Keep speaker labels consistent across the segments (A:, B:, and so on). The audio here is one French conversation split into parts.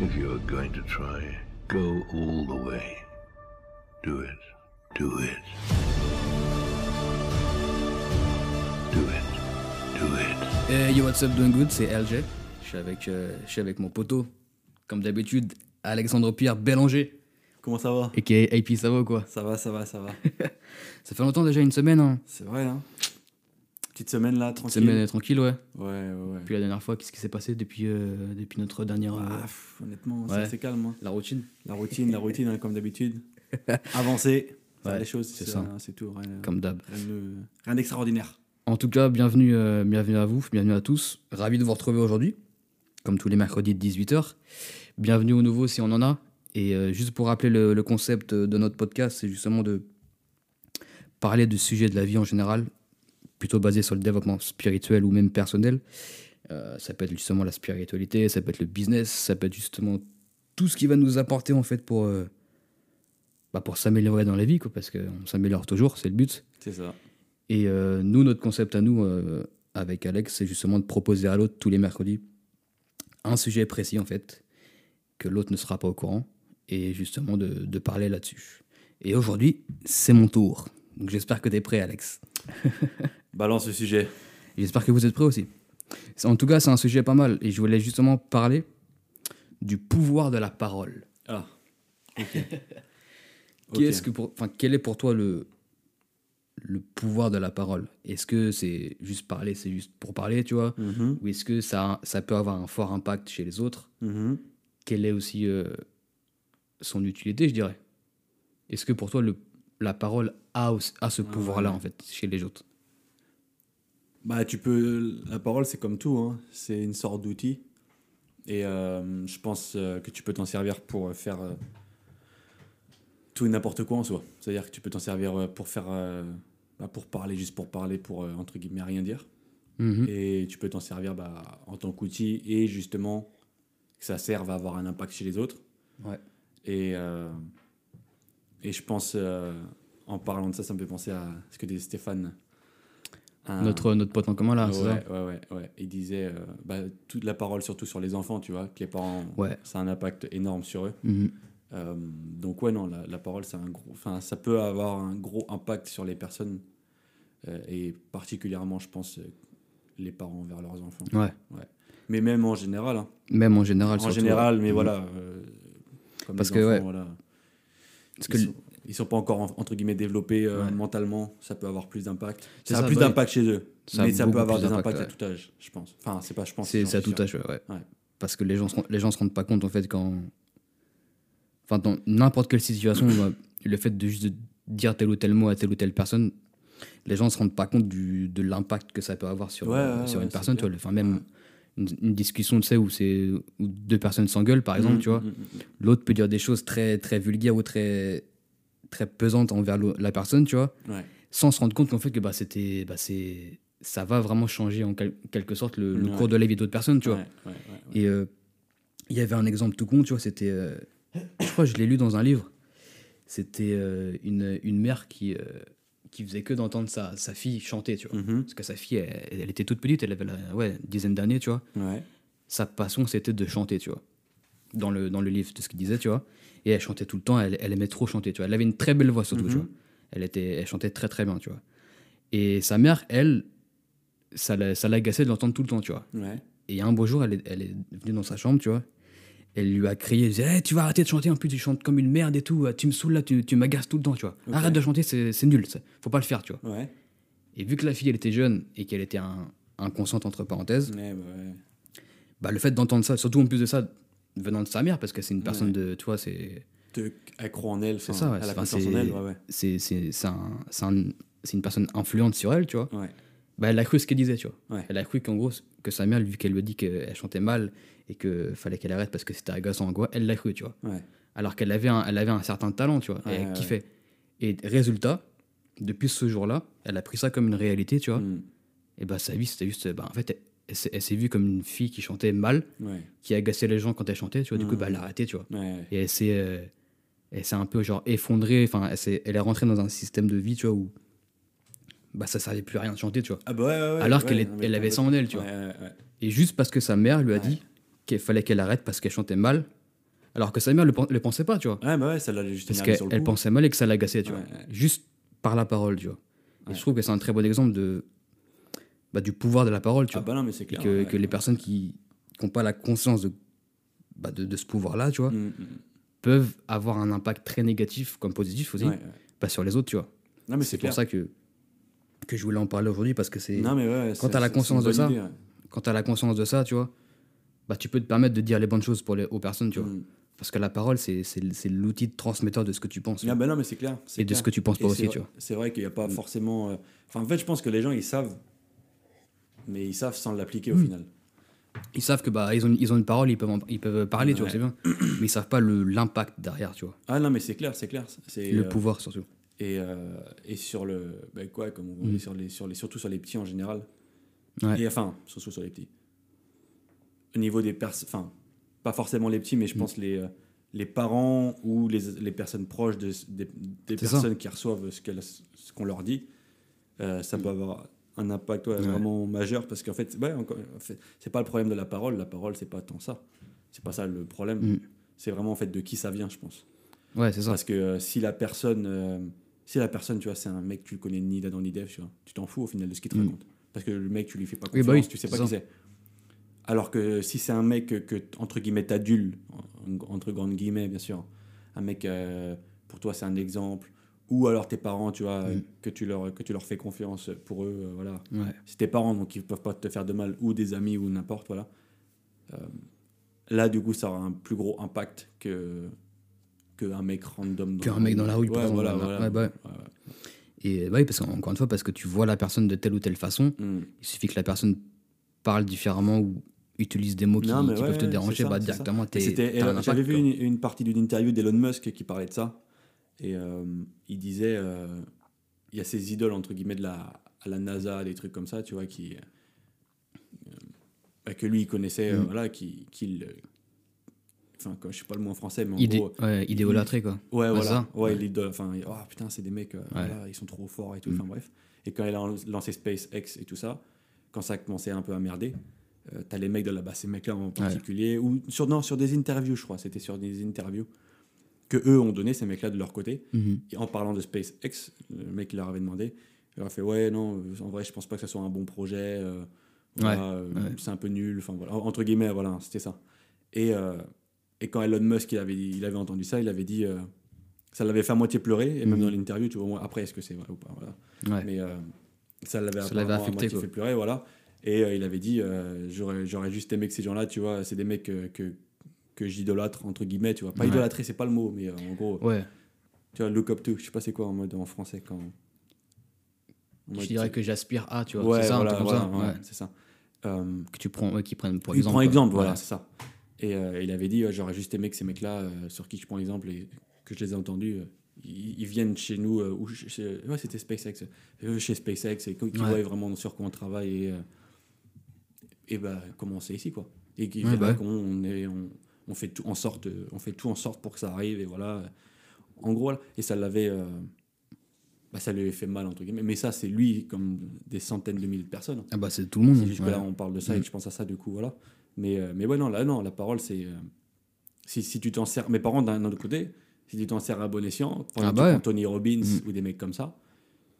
A: If you're going to try, go all the way. Do it. Do it. Do it. Do it.
B: Hey, yo, what's up, doing good, c'est LJ. Je suis avec, euh, je suis avec mon poteau, comme d'habitude, Alexandre Pierre Bélanger,
C: Comment ça va
B: et qui est AP Savo, quoi.
C: Ça va, ça va, ça va.
B: Ça fait longtemps déjà, une semaine, hein.
C: C'est vrai, hein Petite semaine là,
B: Une
C: tranquille.
B: semaine euh, tranquille, ouais.
C: Ouais, ouais, ouais.
B: Depuis la dernière fois, qu'est-ce qui s'est passé depuis, euh, depuis notre dernière. euh,
C: Ah, pff, honnêtement,
B: Ouais.
C: c'est assez calme. hein.
B: la routine
C: La routine, la routine, hein, comme d'habitude. Avancer, faire
B: Ouais,
C: les choses,
B: c'est
C: c'est
B: ça.
C: ça. hein, C'est tout. Rien,
B: Comme d'hab.
C: rien de- rien d'extraordinaire.
B: En tout cas, bienvenue, euh, bienvenue à vous, bienvenue à tous. Ravi de vous retrouver aujourd'hui, comme tous les mercredis de 18h. Bienvenue au nouveau si on en a. Et euh, juste pour rappeler le, le concept euh, de notre podcast, c'est justement de parler du sujet de la vie en général, plutôt basé sur le développement spirituel ou même personnel. Euh, ça peut être justement la spiritualité, ça peut être le business, ça peut être justement tout ce qui va nous apporter en fait pour, euh, bah, pour s'améliorer dans la vie, quoi, parce qu'on s'améliore toujours, c'est le but.
C: C'est ça.
B: Et euh, nous, notre concept à nous, euh, avec Alex, c'est justement de proposer à l'autre tous les mercredis un sujet précis, en fait, que l'autre ne sera pas au courant, et justement de, de parler là-dessus. Et aujourd'hui, c'est mon tour. Donc j'espère que tu es prêt, Alex.
C: Balance le sujet.
B: Et J'espère que vous êtes prêts aussi. C'est- En tout cas, c'est un sujet pas mal, et je voulais justement parler du pouvoir de la parole.
C: Ah. Ok.
B: Qu'est-ce que pour, enfin, quel est pour toi le, le pouvoir de la parole Est-ce que c'est juste parler, c'est juste pour parler, tu vois
C: Mhm,
B: ou est-ce que ça, ça peut avoir un fort impact chez les autres
C: mhm.
B: Quelle est aussi euh, son utilité, je dirais Est-ce que pour toi, le, la parole a, aussi- a ce
C: Ah,
B: pouvoir-là,
C: ouais.
B: en fait, chez les autres
C: Bah, tu peux. La parole, c'est comme tout. hein. C'est une sorte d'outil. Et euh, je pense euh, que tu peux t'en servir pour euh, faire euh, tout et n'importe quoi en soi. C'est-à-dire que tu peux t'en servir euh, pour faire. euh, bah, pour parler, juste pour parler, pour euh, entre guillemets rien dire.
B: Mhm.
C: Et tu peux t'en servir bah, en tant qu'outil et justement que ça serve à avoir un impact chez les autres.
B: Ouais.
C: Et, euh, et je pense, euh, en parlant de ça, ça me fait penser à ce que disait Stéphane. Un-
B: notre, notre pote en commun, là,
C: ouais,
B: Ah, c'est ça
C: ouais, ouais, ouais. Il disait euh, bah, toute la parole, surtout sur les enfants, tu vois, que les parents,
B: Ouais.
C: ça a un impact énorme sur eux.
B: Mhm.
C: Euh, donc ouais, non, la, la parole, c'est un gros, enfin, ça peut avoir un gros impact sur les personnes euh, et particulièrement, je pense, euh, les parents vers leurs enfants.
B: Ouais.
C: Mais même en général. hein.
B: Même en général.
C: En
B: surtout,
C: général,
B: ouais.
C: mais
B: Mhm.
C: voilà. euh, comme
B: Parce
C: les
B: que,
C: enfants,
B: ouais.
C: voilà,
B: Parce
C: ils,
B: que
C: sont, ils sont pas encore en- entre guillemets développés euh,
B: Ouais.
C: mentalement. Ça peut avoir plus d'impact.
B: C'est
C: Ça, a
B: ça,
C: plus
B: bah oui.
C: d'impact chez eux,
B: Ça a
C: mais ça
B: beaucoup
C: peut avoir
B: plus
C: des
B: d'impact,
C: impacts à
B: ouais.
C: tout âge, je pense. Enfin, c'est pas, je pense.
B: c'est
C: j'en
B: c'est à
C: suis
B: tout
C: sûr.
B: âge, ouais. ouais.
C: Ouais.
B: Parce que les gens ne les gens se rendent pas compte, en fait, quand. Enfin, dans n'importe quelle situation, bah, le fait de juste de dire tel ou tel mot à telle ou telle personne, les gens ne se rendent pas compte du, de l'impact que ça peut avoir sur,
C: Ouais,
B: euh,
C: ouais,
B: sur
C: ouais,
B: une
C: c'est
B: personne. Tu vois,
C: clair.
B: le- enfin, même une, une discussion, tu sais, où, c'est- où deux personnes s'engueulent, par exemple,
C: Mhm,
B: tu vois.
C: mhm, mhm.
B: L'autre peut dire des choses très, très vulgaires ou très, très pesantes envers l'au- la personne, tu vois
C: mm. Ouais.
B: sans se rendre compte qu'en fait que bah c'était bah c'est ça va vraiment changer en quel- quelque sorte le, le
C: Ouais.
B: cours de la vie d'autres personnes tu vois
C: Ouais, ouais, ouais, ouais.
B: et euh, il y avait un exemple tout con tu vois c'était euh, je crois que je l'ai lu dans un livre c'était euh, une, une mère qui euh, qui faisait que d'entendre sa, sa fille chanter tu vois
C: Mhm,
B: parce que sa fille elle, elle était toute petite elle avait la- ouais une dizaine d'années tu vois
C: ouais.
B: sa passion c'était de chanter, tu vois. Dans le, dans le livre, de ce qu'il disait, tu vois. Et elle chantait tout le temps, elle, elle aimait trop chanter, tu vois. Elle avait une très belle voix surtout,
C: Mhm.
B: tu vois. Elle, était, elle chantait très très bien, tu vois. Et sa mère, elle, ça l'a- ça l'agaçait de l'entendre tout le temps, tu vois.
C: Ouais.
B: Et un beau jour, elle est, elle est venue dans sa chambre, tu vois. Elle lui a crié, elle disait, Eh, tu vas arrêter de chanter, en plus tu chantes comme une merde et tout, euh, tu me saoules là, tu, tu m'agaces tout le temps, tu vois.
C: Ok.
B: Arrête de chanter, c'est c'est nul, ça. faut pas le faire, tu vois.
C: Ouais.
B: Et vu que la fille, elle était jeune et qu'elle était un, inconsciente, entre parenthèses,
C: Ouais, bah ouais.
B: bah, le fait d'entendre ça, surtout en plus de ça, venant de sa mère, parce que c'est une personne
C: Ouais.
B: de. Tu vois, c'est.
C: Te- Elle croit en elle.
B: C'est
C: enfin,
B: ça, ouais.
C: Elle a
B: Enfin,
C: confiance en
B: c'est-
C: elle. Ouais, ouais.
B: C'est c'est- c'est un- c'est un- c'est une personne influente sur elle, tu vois.
C: Ouais.
B: Bah, elle a cru ce qu'elle disait, tu vois.
C: Ouais.
B: Elle a cru qu'en gros, que sa mère, vu qu'elle lui a dit qu'elle chantait mal et que fallait qu'elle arrête parce que c'était agaçant en quoi, elle l'a cru, tu vois.
C: Ouais.
B: Alors qu'elle avait, un- elle avait un certain talent, tu vois,
C: Ouais,
B: et elle
C: ouais,
B: kiffait. Et résultat, depuis ce jour-là, elle a pris ça comme une réalité, tu vois.
C: Mhm.
B: Et bah, sa vie, c'était juste. Bah, en fait, elle, elle s'est- elle s'est vue comme une fille qui chantait mal,
C: Ouais.
B: qui agaçait les gens quand elle chantait, tu vois. Du coup,
C: Mhm.
B: bah, elle a arrêté, tu vois
C: Ouais.
B: et elle s'est euh, elle s'est un peu genre effondrée enfin elle, s'est- elle est rentrée dans un système de vie tu vois où bah ça servait plus à rien de chanter tu vois
C: Ah bah ouais, ouais, ouais,
B: alors
C: ouais,
B: qu'elle est-
C: non, mais
B: elle avait ça en elle tu vois
C: Ouais, ouais, ouais.
B: et juste parce que sa mère lui a
C: Ouais.
B: dit qu'il fallait qu'elle arrête parce qu'elle chantait mal Alors que sa mère le, pen- le pensait pas, tu vois.
C: Ouais, bah ouais, ça l'a juste
B: Parce
C: énervé
B: qu'elle
C: sur le
B: elle
C: coup.
B: pensait mal et que ça l'agaçait, tu
C: Ouais,
B: vois.
C: ouais.
B: Juste par la parole, tu vois. Et
C: Ouais.
B: je trouve que c'est un très bon exemple de, bah, du pouvoir de la parole, tu
C: Ah
B: vois.
C: bah non, mais c'est
B: et
C: clair.
B: que,
C: ouais.
B: que les personnes qui n'ont pas la conscience de, bah, de, de ce pouvoir-là, tu vois,
C: Mm, mm.
B: peuvent avoir un impact très négatif comme positif aussi
C: Ouais, ouais.
B: bah, sur les autres, tu vois.
C: Non, mais
B: C'est
C: c'est
B: pour
C: clair.
B: ça que, que je voulais en parler aujourd'hui parce que c'est
C: Non, mais ouais,
B: Quand
C: c'est-
B: t'as la
C: c'est-
B: conscience
C: c'est une
B: de
C: bonne
B: ça,
C: idée, ouais.
B: quand tu as la conscience de ça, tu vois, bah, tu peux te permettre de dire les bonnes choses pour les, aux personnes, tu vois.
C: Mm.
B: Parce que la parole, c'est c'est- c'est l'outil de transmetteur de ce que tu penses
C: Ah bah non, mais c'est clair.
B: et de ce que tu penses
C: Et
B: pas
C: c'est
B: aussi,
C: vrai-
B: tu vois. Mm.
C: C'est vrai qu'il n'y a pas forcément. euh, Enfin, en fait, je pense que les gens, ils savent. Mais ils savent sans l'appliquer au
B: Mm.
C: final.
B: Ils savent que bah ils ont, ils ont une parole, ils peuvent, en- ils peuvent parler, tu vois,
C: Ouais.
B: c'est bien. Mais ils savent pas le- l'impact derrière, tu vois.
C: Ah non, mais c'est clair, c'est clair. C'est,
B: le
C: euh,
B: pouvoir surtout.
C: Et, euh, et sur le. Ben quoi, comme on
B: Mm.
C: dit, sur les, sur les, surtout sur les petits en général.
B: Ouais.
C: Et enfin, surtout sur les petits. Au niveau des personnes. Enfin, pas forcément les petits, mais je
B: Mm.
C: pense les, euh, les parents ou les, les personnes proches de, des, des
B: C'est ça.
C: personnes qui reçoivent ce, qu'elles- ce qu'on leur dit, euh, ça
B: Mm.
C: peut avoir un impact ouais, vraiment majeur parce qu'en fait, ouais, encore- en fait, c'est pas le problème de la parole. La parole, c'est pas tant ça. C'est pas ça le problème.
B: Mm.
C: C'est vraiment en fait de qui ça vient, je pense.
B: Ouais, c'est ça.
C: Parce que euh, si la personne, euh, si la personne, tu vois, c'est un mec que tu le connais ni d'Adam ni d'Ève, tu vois, tu t'en fous au final de ce qu'il te
B: Mm.
C: raconte. Parce que le mec, tu lui fais pas
B: Oui,
C: confiance,
B: bah oui,
C: tu sais
B: c'est
C: pas
B: ça.
C: qui c'est. Alors que si c'est un mec que, que, entre guillemets, t'adules, en- entre grandes guillemets, bien sûr, un mec, euh, pour toi, c'est un exemple, ou alors tes parents, tu vois,
B: Mm.
C: que, tu leur, que tu leur fais confiance pour eux, euh, voilà.
B: Ouais.
C: C'est tes parents, donc ils peuvent pas te faire de mal, ou des amis, ou n'importe, voilà. Euh, là, du coup, ça aura un plus gros impact que qu'un mec random. dans
B: Qu'un mec dans la rue,
C: Ouais,
B: par exemple,
C: voilà,
B: voilà.
C: voilà.
B: Ouais, bah ouais.
C: Ouais,
B: Et bah oui, parce qu'encore une fois, parce que tu vois la personne de telle ou telle façon,
C: ouais. Mm.
B: il suffit que la personne parle différemment ou utilise des mots qui,
C: Non, mais
B: qui
C: ouais,
B: peuvent te
C: ouais, c'est
B: déranger,
C: ça,
B: bah
C: c'est ça.
B: directement, t'es-
C: C'était-
B: t'as un
C: Elon-
B: impact,
C: J'avais vu
B: quoi.
C: une, une partie d'une interview d'Elon Musk qui parlait de ça. Et euh, il disait euh, il y a ces idoles, entre guillemets, de la, à la NASA, des trucs comme ça, tu vois, qui. euh, bah, que lui, il connaissait, euh,
B: Mm.
C: voilà, qui. qui le- Enfin, quoi, je sais pas le mot en français, mais en
B: Idé-
C: gros. euh,
B: ouais, idéolâtré, quoi.
C: Ouais,
B: Ah,
C: voilà.
B: ça
C: Ouais,
B: Ouais.
C: il est de- Enfin, il- oh putain, c'est des mecs, euh, voilà, ils sont trop forts et tout.
B: Mm.
C: Enfin, bref. Et quand il a lancé SpaceX et tout ça, quand ça a commencé un peu à merder, euh, t'as les mecs de là-bas, ces mecs-là en particulier, ou sur, non, sur des interviews, je crois, c'était sur des interviews que eux ont donné, ces mecs-là, de leur côté.
B: Mhm.
C: Et en parlant de SpaceX, le mec il leur avait demandé, il leur a fait ouais non, euh, en vrai je pense pas que ça soit un bon projet, euh, voilà, euh,
B: ouais.
C: c'est un peu nul, enfin voilà, entre guillemets voilà, c'était ça. Et, euh, et quand Elon Musk il avait, il avait entendu ça, il avait dit, euh, ça l'avait fait à moitié pleurer, et même
B: Mhm.
C: dans l'interview, tu vois, moi, après est-ce que c'est vrai ou pas, voilà.
B: Ouais.
C: Mais euh, ça l'avait
B: Ça l'avait
C: apparemment à
B: affecté,
C: moitié
B: quoi.
C: fait pleurer, voilà. Et euh, il avait dit, euh, j'aurais j'aurais juste aimé que ces gens-là, tu vois, c'est des mecs euh, que, que j'idolâtre, entre guillemets, tu vois. Pas
B: Ouais.
C: idolâtrer, c'est pas le mot, mais euh, en gros,
B: ouais.
C: tu vois, look up to, je sais pas c'est quoi en mode en français quand. en mode-
B: Je dirais que j'aspire à, tu vois.
C: Ouais,
B: c'est ça,
C: voilà,
B: un truc comme
C: voilà,
B: ça.
C: ouais,
B: ouais.
C: c'est ça. Euh,
B: Que tu prends, ouais, qui prennent pour
C: il
B: exemple.
C: prend
B: quoi.
C: exemple, voilà,
B: Ouais.
C: c'est ça. Et euh, il avait dit, euh, j'aurais juste aimé que ces mecs-là, euh, sur qui je prends exemple et que je les ai entendus, euh, ils, ils viennent chez nous, euh, ou chez- chez- ouais, c'était SpaceX, Euh, chez SpaceX, et qu'ils
B: Ouais.
C: voient vraiment sur quoi on travaille et, euh, et bah, comment on sait ici, quoi. Et qu'ils
B: Ouais,
C: verraient
B: bah.
C: comment on, est, on, on fait tout en sorte, euh, on fait tout en sorte pour que ça arrive, et voilà. En gros, là, et ça l'avait. euh, bah, ça lui avait fait mal, entre guillemets. Mais ça, c'est lui, comme des centaines de milliers de personnes.
B: Ah bah, c'est tout le monde.
C: Si jusque-là
B: ouais.
C: on parle de ça et
B: Mm.
C: que je pense à ça, du coup, voilà. Mais, euh, mais ouais, non, là, non, la parole, c'est. euh, si, si tu t'en sers. Mes parents, d'un autre côté, si tu t'en sers à bon escient, par
B: Ah
C: exemple,
B: bah
C: tu
B: ouais.
C: prends Tony Robbins ou des mecs comme ça,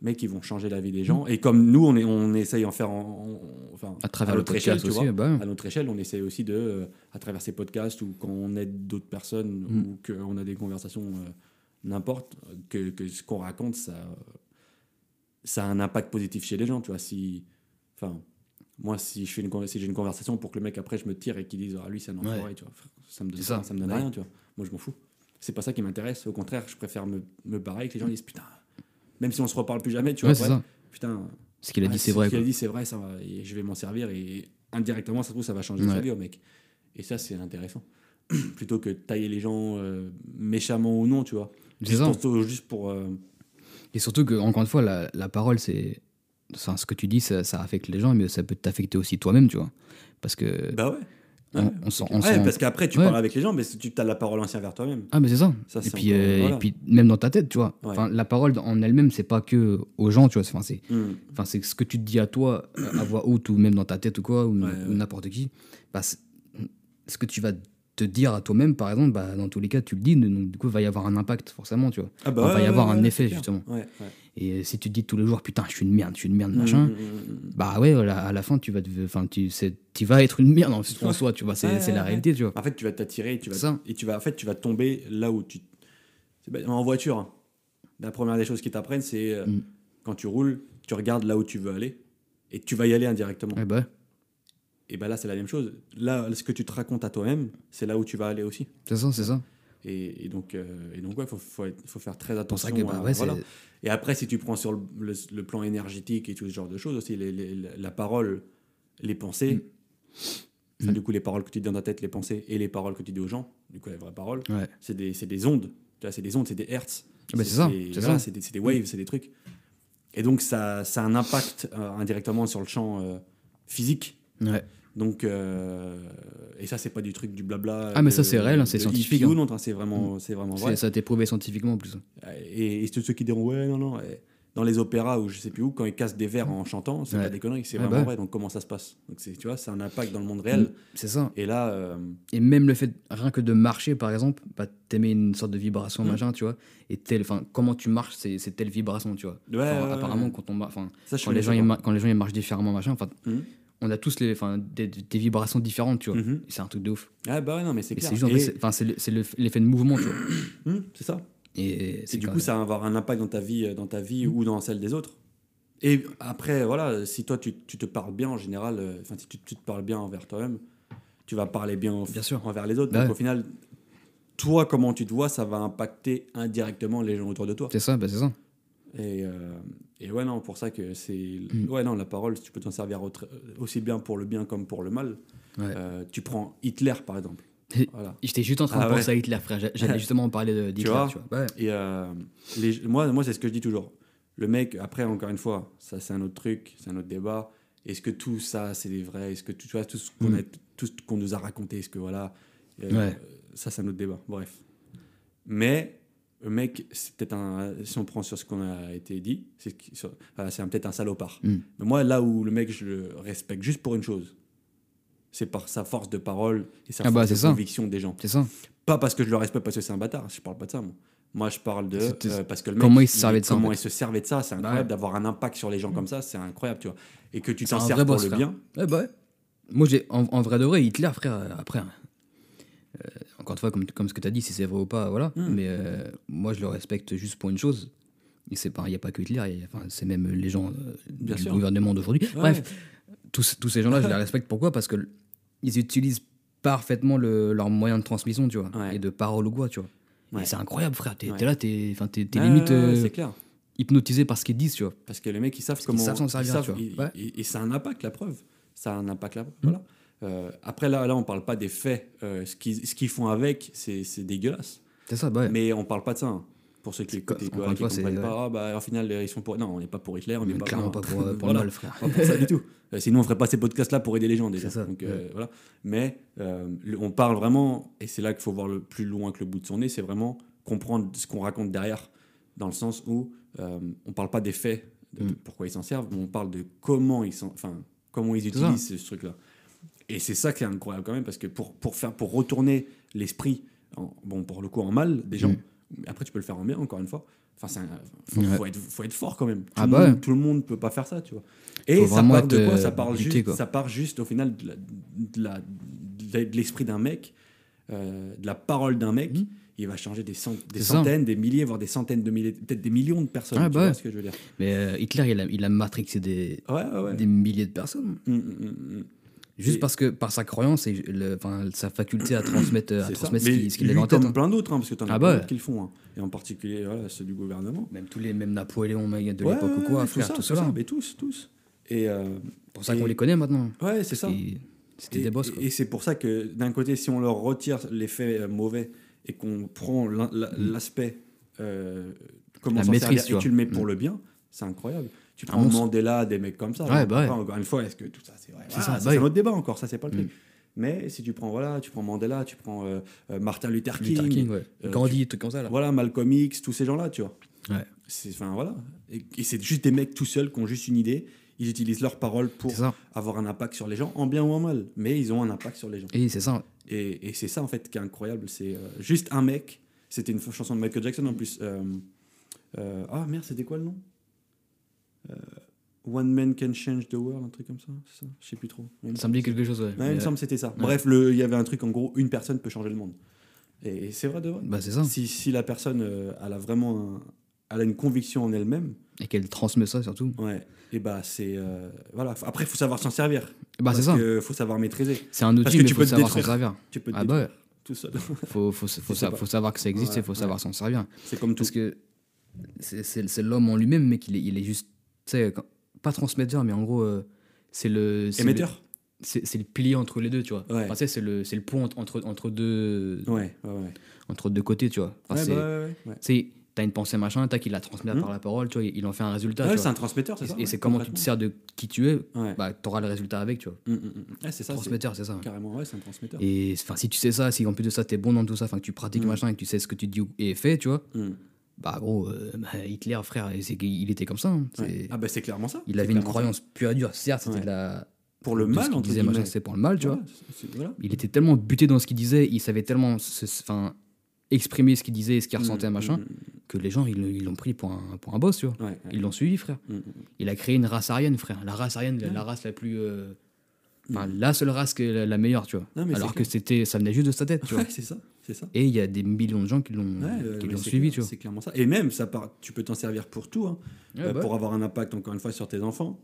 C: mec, ils vont changer la vie
B: Mm.
C: des gens. Et comme nous, on, est, on essaye en faire. En, en- enfin,
B: À travers le
C: notre échelle,
B: podcast
C: tu
B: aussi.
C: vois. Ah,
B: bah, ouais.
C: À notre échelle, on essaie aussi de, euh, à travers ces podcasts ou quand on aide d'autres personnes
B: Mm.
C: ou qu'on a des conversations euh, n'importe, euh, que, que ce qu'on raconte, ça, euh, ça a un impact positif chez les gens. Tu vois, si, enfin, moi, si je fais une, con- si j'ai une conversation pour que le mec après je me tire et qu'il dise ah lui c'est un enfoiré,
B: Ouais.
C: tu vois, frère, ça me donne,
B: C'est
C: ça.
B: ça.
C: me donne
B: Ouais.
C: rien, tu vois. Moi, je m'en fous. C'est pas ça qui m'intéresse. Au contraire, je préfère me, me barrer et que les gens disent putain. Même si on se reparle plus jamais, tu vois,
B: Ouais, c'est
C: après,
B: ça.
C: putain,
B: Ce qu'il a
C: Ouais,
B: dit,
C: ce
B: c'est vrai.
C: qu'il
B: Quoi.
C: a dit, c'est vrai, ça va, et je vais m'en servir et indirectement, ça se trouve, ça va changer sa
B: Ouais.
C: vie au mec. Et ça, c'est intéressant. Plutôt que de tailler les gens euh, méchamment ou non, tu vois.
B: C'est ça.
C: Juste pour. juste pour, euh,
B: Et surtout que, encore une fois, la, la parole, c'est. Enfin, ce que tu dis, ça, ça affecte les gens, mais ça peut t'affecter aussi toi-même, tu vois. Parce que.
C: Bah ouais.
B: on-
C: Ouais.
B: on s'en.
C: Ouais,
B: Euh, on s'en-
C: parce qu'après, tu
B: Ouais.
C: parles avec les gens, mais tu as la parole entière vers toi-même.
B: Ah, mais c'est ça.
C: Ça,
B: et,
C: c'est
B: puis,
C: encore-
B: euh,
C: voilà.
B: et puis, même dans ta tête, tu vois.
C: Ouais.
B: Enfin, la parole en elle-même, c'est pas que aux gens, tu vois. c'est- Enfin, c'est
C: Hmm.
B: enfin c'est ce que tu te dis à toi euh, à voix haute ou même dans ta tête ou quoi ou,
C: Ouais,
B: ou
C: ouais.
B: n'importe qui bah, c'est- ce que tu vas te dire à toi-même, par exemple, bah, dans tous les cas, tu le dis, donc du coup, il va y avoir un impact, forcément, tu vois.
C: Ah bah
B: Enfin, il va y
C: ouais,
B: avoir
C: ouais,
B: un
C: ouais,
B: effet,
C: c'est clair.
B: justement.
C: Ouais, ouais.
B: Et euh, si tu te dis tous les jours, putain, je suis une merde, je suis une merde, machin,
C: Mm, mm, mm, mm.
B: bah ouais, à la, à la fin, tu vas, te- enfin, tu, c'est- tu vas être une merde en, en soi, tu vois, c'est
C: Ouais,
B: c'est la
C: ouais,
B: réalité, tu vois.
C: En fait, tu vas t'attirer et tu vas
B: Ça.
C: et tu vas en fait tu vas tomber là où tu c'est bête, en voiture. hein. La première des choses qui t'apprennent c'est euh,
B: Mm.
C: quand tu roules, tu regardes là où tu veux aller et tu vas y aller indirectement.
B: Ouais, bah ouais,
C: Et ben là c'est la même chose. Là ce que tu te racontes à toi-même, c'est là où tu vas aller aussi.
B: c'est ça, c'est ça.
C: Et, et donc euh, et donc ouais, faut faut, être- faut faire très
B: Pour ça
C: attention
B: que, bah
C: à-
B: ouais,
C: voilà.
B: c'est-
C: Et après si tu prends sur le, le- le plan énergétique et tout ce genre de choses aussi les- les- la parole, les pensées Enfin,
B: Mm.
C: du coup, les paroles que tu dis dans ta tête, les pensées et les paroles que tu dis aux gens, du coup, les vraies paroles,
B: Ouais.
C: c'est des, c'est des ondes. Tu vois, c'est des ondes, c'est des hertz.
B: Ah bah, c'est ça,
C: des-
B: c'est
C: voilà,
B: ça.
C: C'est des, c'est des waves, c'est des trucs. Et donc, ça, ça a un impact euh, indirectement sur le champ euh, physique.
B: Ouais.
C: Donc, euh, et ça, c'est pas du truc du blabla.
B: Ah, mais ça,
C: de-
B: c'est réel, hein, c'est
C: de
B: scientifique,
C: hippie ou
B: hein.
C: non, hein, c'est vraiment, c'est vraiment
B: c'est-
C: vrai.
B: Ça a été prouvé scientifiquement, en plus.
C: Et, et tous ceux qui diront, ouais, non, non. et Dans les opéras ou je sais plus où, quand ils cassent des verres en chantant, c'est
B: Mm. Ouais. Mm.
C: pas des conneries, c'est
B: Ah
C: vraiment
B: bah.
C: vrai. Donc, comment ça se passe Donc, c'est- tu vois, c'est un impact dans le monde réel.
B: C'est ça.
C: Et là. euh,
B: Et même le fait, rien que de marcher, par exemple, bah, t'émets une sorte de vibration,
C: Mm.
B: machin, tu vois. Et tel, enfin, comment tu marches, c'est c'est telle vibration, tu vois.
C: Ouais,
B: Genre,
C: ouais, ouais,
B: apparemment,
C: ouais.
B: quand on marche, enfin,
C: Ça, je
B: quand les, gens,
C: connaissais
B: ils
C: pas.
B: mar- quand les gens ils marchent différemment, machin, enfin,
C: Mhm.
B: on a tous les, enfin, des, des vibrations différentes, tu vois.
C: Mhm.
B: Et C'est un truc de ouf.
C: Ah bah ouais, non, mais c'est
B: Et
C: clair.
B: c'est juste, en
C: Et-
B: fait, c'est- enfin, c'est le- c'est le- l'effet de mouvement, tu vois.
C: Hmm, c'est ça.
B: Et,
C: Et
B: c'est
C: du
B: quand Mmh.
C: coup, ça va avoir un impact dans ta vie, euh, dans ta vie ou dans celle des autres. Et après, voilà, si toi, tu, tu te parles bien en général, euh, enfin, si tu, tu te parles bien envers toi-même, tu vas parler bien, en-
B: Bien sûr.
C: envers les autres.
B: Bah
C: Donc
B: ouais.
C: au final, toi, comment tu te vois, ça va impacter indirectement les gens autour de toi.
B: C'est ça, bah, c'est ça.
C: Et, euh, et ouais, non, pour ça que c'est.
B: Mm.
C: Ouais, non, la parole, tu peux t'en servir autre- euh, aussi bien pour le bien comme pour le mal.
B: Ouais.
C: Euh, tu prends Hitler, par exemple. voilà.
B: J'étais juste en train
C: Ah
B: de penser à Hitler, frère. J'a- J'allais justement en parler de- d'Hitler,
C: vois
B: tu vois. Bah ouais.
C: Et euh, les- moi, moi c'est ce que je dis toujours. Le mec, après, encore une fois, ça, c'est un autre truc, c'est un autre débat. Est-ce que tout ça, c'est des vrais Est-ce que tout, tu vois, tout ce qu'on
B: Mm.
C: a- tout ce qu'on nous a raconté, est-ce que voilà euh,
B: Ouais.
C: Ça, c'est un autre débat. Bref. Mais le mec, c'est peut-être un. Si on prend sur ce qu'on a été dit, c'est qui- sur- voilà, c'est un- peut-être un salopard.
B: Mm.
C: Mais moi, là où le mec, je le respecte juste pour une chose, c'est par sa force de parole et sa
B: Ah bah,
C: force
B: c'est
C: de
B: ça.
C: conviction des gens.
B: C'est ça.
C: Pas parce que je le respecte parce que c'est un bâtard, je parle pas de ça moi. Moi je parle de
B: C'était-
C: euh, parce que le mec,
B: comment il se servait de ça, en
C: Comment
B: fait. Bah
C: il se servait de ça, c'est incroyable d'avoir un impact sur les gens comme ça, c'est incroyable, tu vois. Et que tu
B: C'est
C: t'en
B: un
C: sers
B: vrai
C: pour
B: boss,
C: le
B: frère.
C: bien.
B: Ouais, bah ouais. Moi, j'ai, en, en vrai de vrai, Hitler, frère, euh, après, hein, euh, encore une fois, comme, comme ce que tu as dit, si c'est vrai ou pas, voilà.
C: Hmm.
B: Mais euh, moi, je le respecte juste pour une chose. Et c'est pas- Il n'y a pas que Hitler, il y a- enfin, c'est même les gens euh,
C: Bien
B: du
C: sûr.
B: gouvernement d'aujourd'hui.
C: Ouais,
B: Bref, tous, tous ces gens-là, je les respecte. Pourquoi Parce que ils utilisent parfaitement le, leur moyen de transmission, tu vois,
C: Ouais.
B: et de parole ou quoi, tu vois.
C: Ouais.
B: Et c'est incroyable, frère. T'es
C: Ouais.
B: t'es là, t'es enfin, t'es- t'es
C: Ouais,
B: limite
C: ouais, ouais,
B: euh,
C: c'est clair.
B: hypnotisé par ce qu'ils disent, tu vois.
C: Parce que les mecs ils savent
B: qu'ils
C: comment
B: savent s'en servir,
C: savent-
B: tu vois.
C: ils-
B: Ouais. Mm.
C: ils- et ça a un impact la preuve. Ça a un impact la voilà. Euh, après là là on parle pas des faits, Euh, ce qu'ils ce qu'ils font avec, c'est c'est dégueulasse.
B: C'est ça, bah ouais.
C: Mais on parle pas de ça. hein. Pour ceux qui
B: C'est co-
C: écoutent et
B: encore
C: voilà,
B: une
C: qui
B: fois, c'est-
C: comprennent pas, ah, bah, au final ils sont pour non, on n'est pas pour Hitler, on n'est pas
B: clairement pas
C: pour
B: pour, euh, pour
C: Voilà.
B: le mal, frère.
C: pas pour ça du tout. Euh, Sinon, on ferait pas ces podcasts-là pour aider les gens déjà.
B: C'est ça,
C: Donc, euh, voilà. Mais euh, le- on parle vraiment, et c'est là qu'il faut voir le plus loin que le bout de son nez, c'est vraiment comprendre ce qu'on raconte derrière, dans le sens où euh, on parle pas des faits, de
B: Mm.
C: pourquoi ils s'en servent, mais on parle de comment ils, s'en- enfin, comment ils
B: ça.
C: utilisent ce, ce truc-là. Et c'est ça qui est incroyable quand même, parce que pour, pour, faire, pour retourner l'esprit, en- bon, pour le coup, en mal des gens,
B: Mm.
C: mais après tu peux le faire en bien, encore une fois. Enfin, c'est un- faut,
B: Ouais.
C: faut être, faut être fort quand même. Tout,
B: Ah
C: le
B: bah
C: monde,
B: ouais.
C: tout le monde peut pas faire ça, tu vois. Et
B: Faut
C: ça
B: vraiment
C: part de
B: être,
C: quoi
B: euh,
C: ça part,
B: buté,
C: juste,
B: quoi.
C: ça part juste au final de la- de la- de la- de l'esprit d'un mec, euh, de la parole d'un mec.
B: Mhm.
C: Il va changer des, cent- des
B: C'est ça.
C: centaines, des milliers, voire des centaines de milliers, peut-être des millions de personnes.
B: Ah
C: tu
B: bah
C: vois
B: ouais.
C: ce que je veux dire
B: Mais euh, Hitler, il a, il a matrixé des,
C: Ouais, ouais, ouais.
B: des milliers de personnes.
C: Mm, mm, mm, mm.
B: Juste
C: Et-
B: parce que par sa croyance et le- enfin, sa faculté à transmettre, euh, à
C: C'est ça.
B: transmettre ce
C: Mais
B: qu'il- ce qu'il
C: lui,
B: avait en tête.
C: comme
B: hein.
C: plein d'autres, hein, parce que t'en as
B: Ah
C: plein
B: bah
C: d'autres
B: ouais.
C: qui le font. hein. Et en particulier, voilà, ceux du gouvernement.
B: Même tous les, même Napoléon mec, de
C: Ouais,
B: l'époque ou
C: ouais,
B: quoi,
C: ouais,
B: frère,
C: ça,
B: tout cela. hein.
C: ça, Mais tous, tous. Et euh,
B: C'est pour ça qu'on
C: Et-
B: les connaît maintenant.
C: ouais, c'est ça.
B: Et- C'était
C: Et-
B: des boss, quoi.
C: Et, et c'est pour ça que d'un côté, si on leur retire l'effet euh, mauvais et qu'on prend l'in- la- l'aspect euh, comment
B: Mm. La
C: s'en
B: maîtrise,
C: servir
B: tu
C: et
B: vois. Mm.
C: tu le mets pour le bien, c'est incroyable. Tu prends
B: monstre.
C: Mandela, des mecs comme ça.
B: Ouais, bah ouais.
C: Après, encore une fois, est-ce que tout ça c'est vrai
B: C'est
C: Voilà,
B: ça,
C: ça,
B: bah
C: c'est
B: oui.
C: un autre débat encore. Ça c'est pas le
B: Mm.
C: truc. Mais si tu prends voilà, tu prends Mandela, tu prends euh, euh, Martin Luther King,
B: Luther King, ouais.
C: euh,
B: Gandhi, trucs comme ça, là.
C: voilà Malcolm X, tous ces gens-là, tu vois.
B: Ouais.
C: C'est enfin voilà. Et, et c'est juste des mecs tout seuls qui ont juste une idée. Ils utilisent leurs paroles pour
B: C'est ça.
C: avoir un impact sur les gens, en bien ou en mal. Mais ils ont un impact sur les gens.
B: Et c'est ça.
C: Et, et c'est ça, en fait, qui est incroyable. C'est euh, juste un mec. C'était une chanson de Michael Jackson en plus. euh, euh, ah merde, c'était quoi le nom Euh, One Man Can Change the World, un truc comme ça, c'est ça Je sais plus trop. Ouais,
B: Ça me dit quelque chose, ouais.
C: il me
B: Mais,
C: semble que c'était ça. Bref, le- il y avait un truc en gros, une personne peut changer le monde. Et, et c'est vrai de vrai.
B: euh, Bah, c'est ça.
C: Si, si la personne, euh, elle a vraiment un- elle a une conviction en elle-même,
B: Et qu'elle transmet ça surtout.
C: ouais, et bah c'est. euh, voilà. F- Après, il faut savoir s'en servir.
B: Bah, c'est
C: parce
B: ça.
C: que faut savoir maîtriser.
B: C'est un
C: parce
B: outil,
C: que
B: mais
C: tu
B: il
C: peux
B: faut
C: te
B: savoir s'en
C: détruire.
B: servir.
C: Tu peux te
B: Ah,
C: détruire
B: bah, ouais.
C: tout seul.
B: Faut, faut, faut,
C: sais
B: sa-
C: pas.
B: faut savoir que ça existe
C: Ouais,
B: et faut savoir s'en servir.
C: c'est comme tout.
B: Parce que c'est- c'est c'est l'homme en lui-même, mais qu'il est, il est juste. Tu sais, quand- pas transmetteur, mais en gros, euh, c'est le. c'est le-
C: Émetteur
B: C'est c'est le pilier entre les deux, tu vois.
C: Ouais.
B: Enfin, tu sais, c'est le, c'est le pont entre, entre, entre deux,
C: Ouais, ouais, ouais.
B: entre deux côtés, tu vois. Enfin,
C: Ouais,
B: c'est-
C: bah, ouais, ouais, ouais.
B: Tu sais, t'as une pensée, machin, tac, il la transmet
C: Hmm.
B: par la parole, tu vois, il en fait un résultat.
C: Ouais,
B: tu
C: c'est
B: vois.
C: un transmetteur, c'est ça
B: et
C: ouais,
B: c'est comment tu te sers de qui tu es,
C: Ouais.
B: bah, t'auras le résultat avec, tu vois.
C: Mm, mm, mm. Ouais, c'est ça. c'est-
B: transmetteur, c'est ça.
C: Carrément, ouais, c'est un transmetteur.
B: Et enfin, si tu sais ça, si en plus de ça, t'es bon dans tout ça, enfin, que tu pratiques
C: Mm.
B: machin et que tu sais ce que tu dis et fais, tu vois,
C: Mm.
B: bah gros, euh, bah, Hitler, frère, et c'est qu'il- il était comme ça. hein. C'est-
C: Ouais. Ah bah c'est clairement ça.
B: Il
C: C'est
B: avait une
C: clairement ça.
B: croyance pure et dure, certes, c'était
C: Ouais.
B: de la.
C: pour le
B: de ce
C: mal,
B: qu'il
C: entre
B: disait,
C: guillemets.
B: machin, c'est pour le mal, tu vois.
C: Voilà, c'est- c'est- voilà.
B: Il était tellement buté dans ce qu'il disait, il savait tellement se- se- enfin, exprimer ce qu'il disait et ce qu'il ressentait,
C: Mm,
B: machin,
C: mm,
B: que les gens, ils le- ils l'ont pris pour un, pour un boss, tu vois.
C: mm. Ouais, ouais.
B: Ils l'ont suivi, frère.
C: Mm, mm.
B: Il a créé une race aryenne, frère. La race aryenne, la, la race la plus. euh, Enfin, la seule race qui est la, la meilleure, tu vois.
C: Mm. Non, mais
B: Alors
C: c'est
B: que c'était, ça venait juste de sa tête, tu vois.
C: Ouais, c'est ça, c'est ça.
B: Et il y a des millions de gens qui l'ont,
C: Ouais, euh,
B: Mm. qui
C: mais
B: l'ont
C: c'est
B: suivi,
C: clair-
B: tu vois.
C: C'est clairement ça. Et même, ça part, tu peux t'en servir pour tout. hein.
B: Ouais,
C: Euh,
B: bah Hmm.
C: pour avoir un impact, encore une fois, sur tes enfants.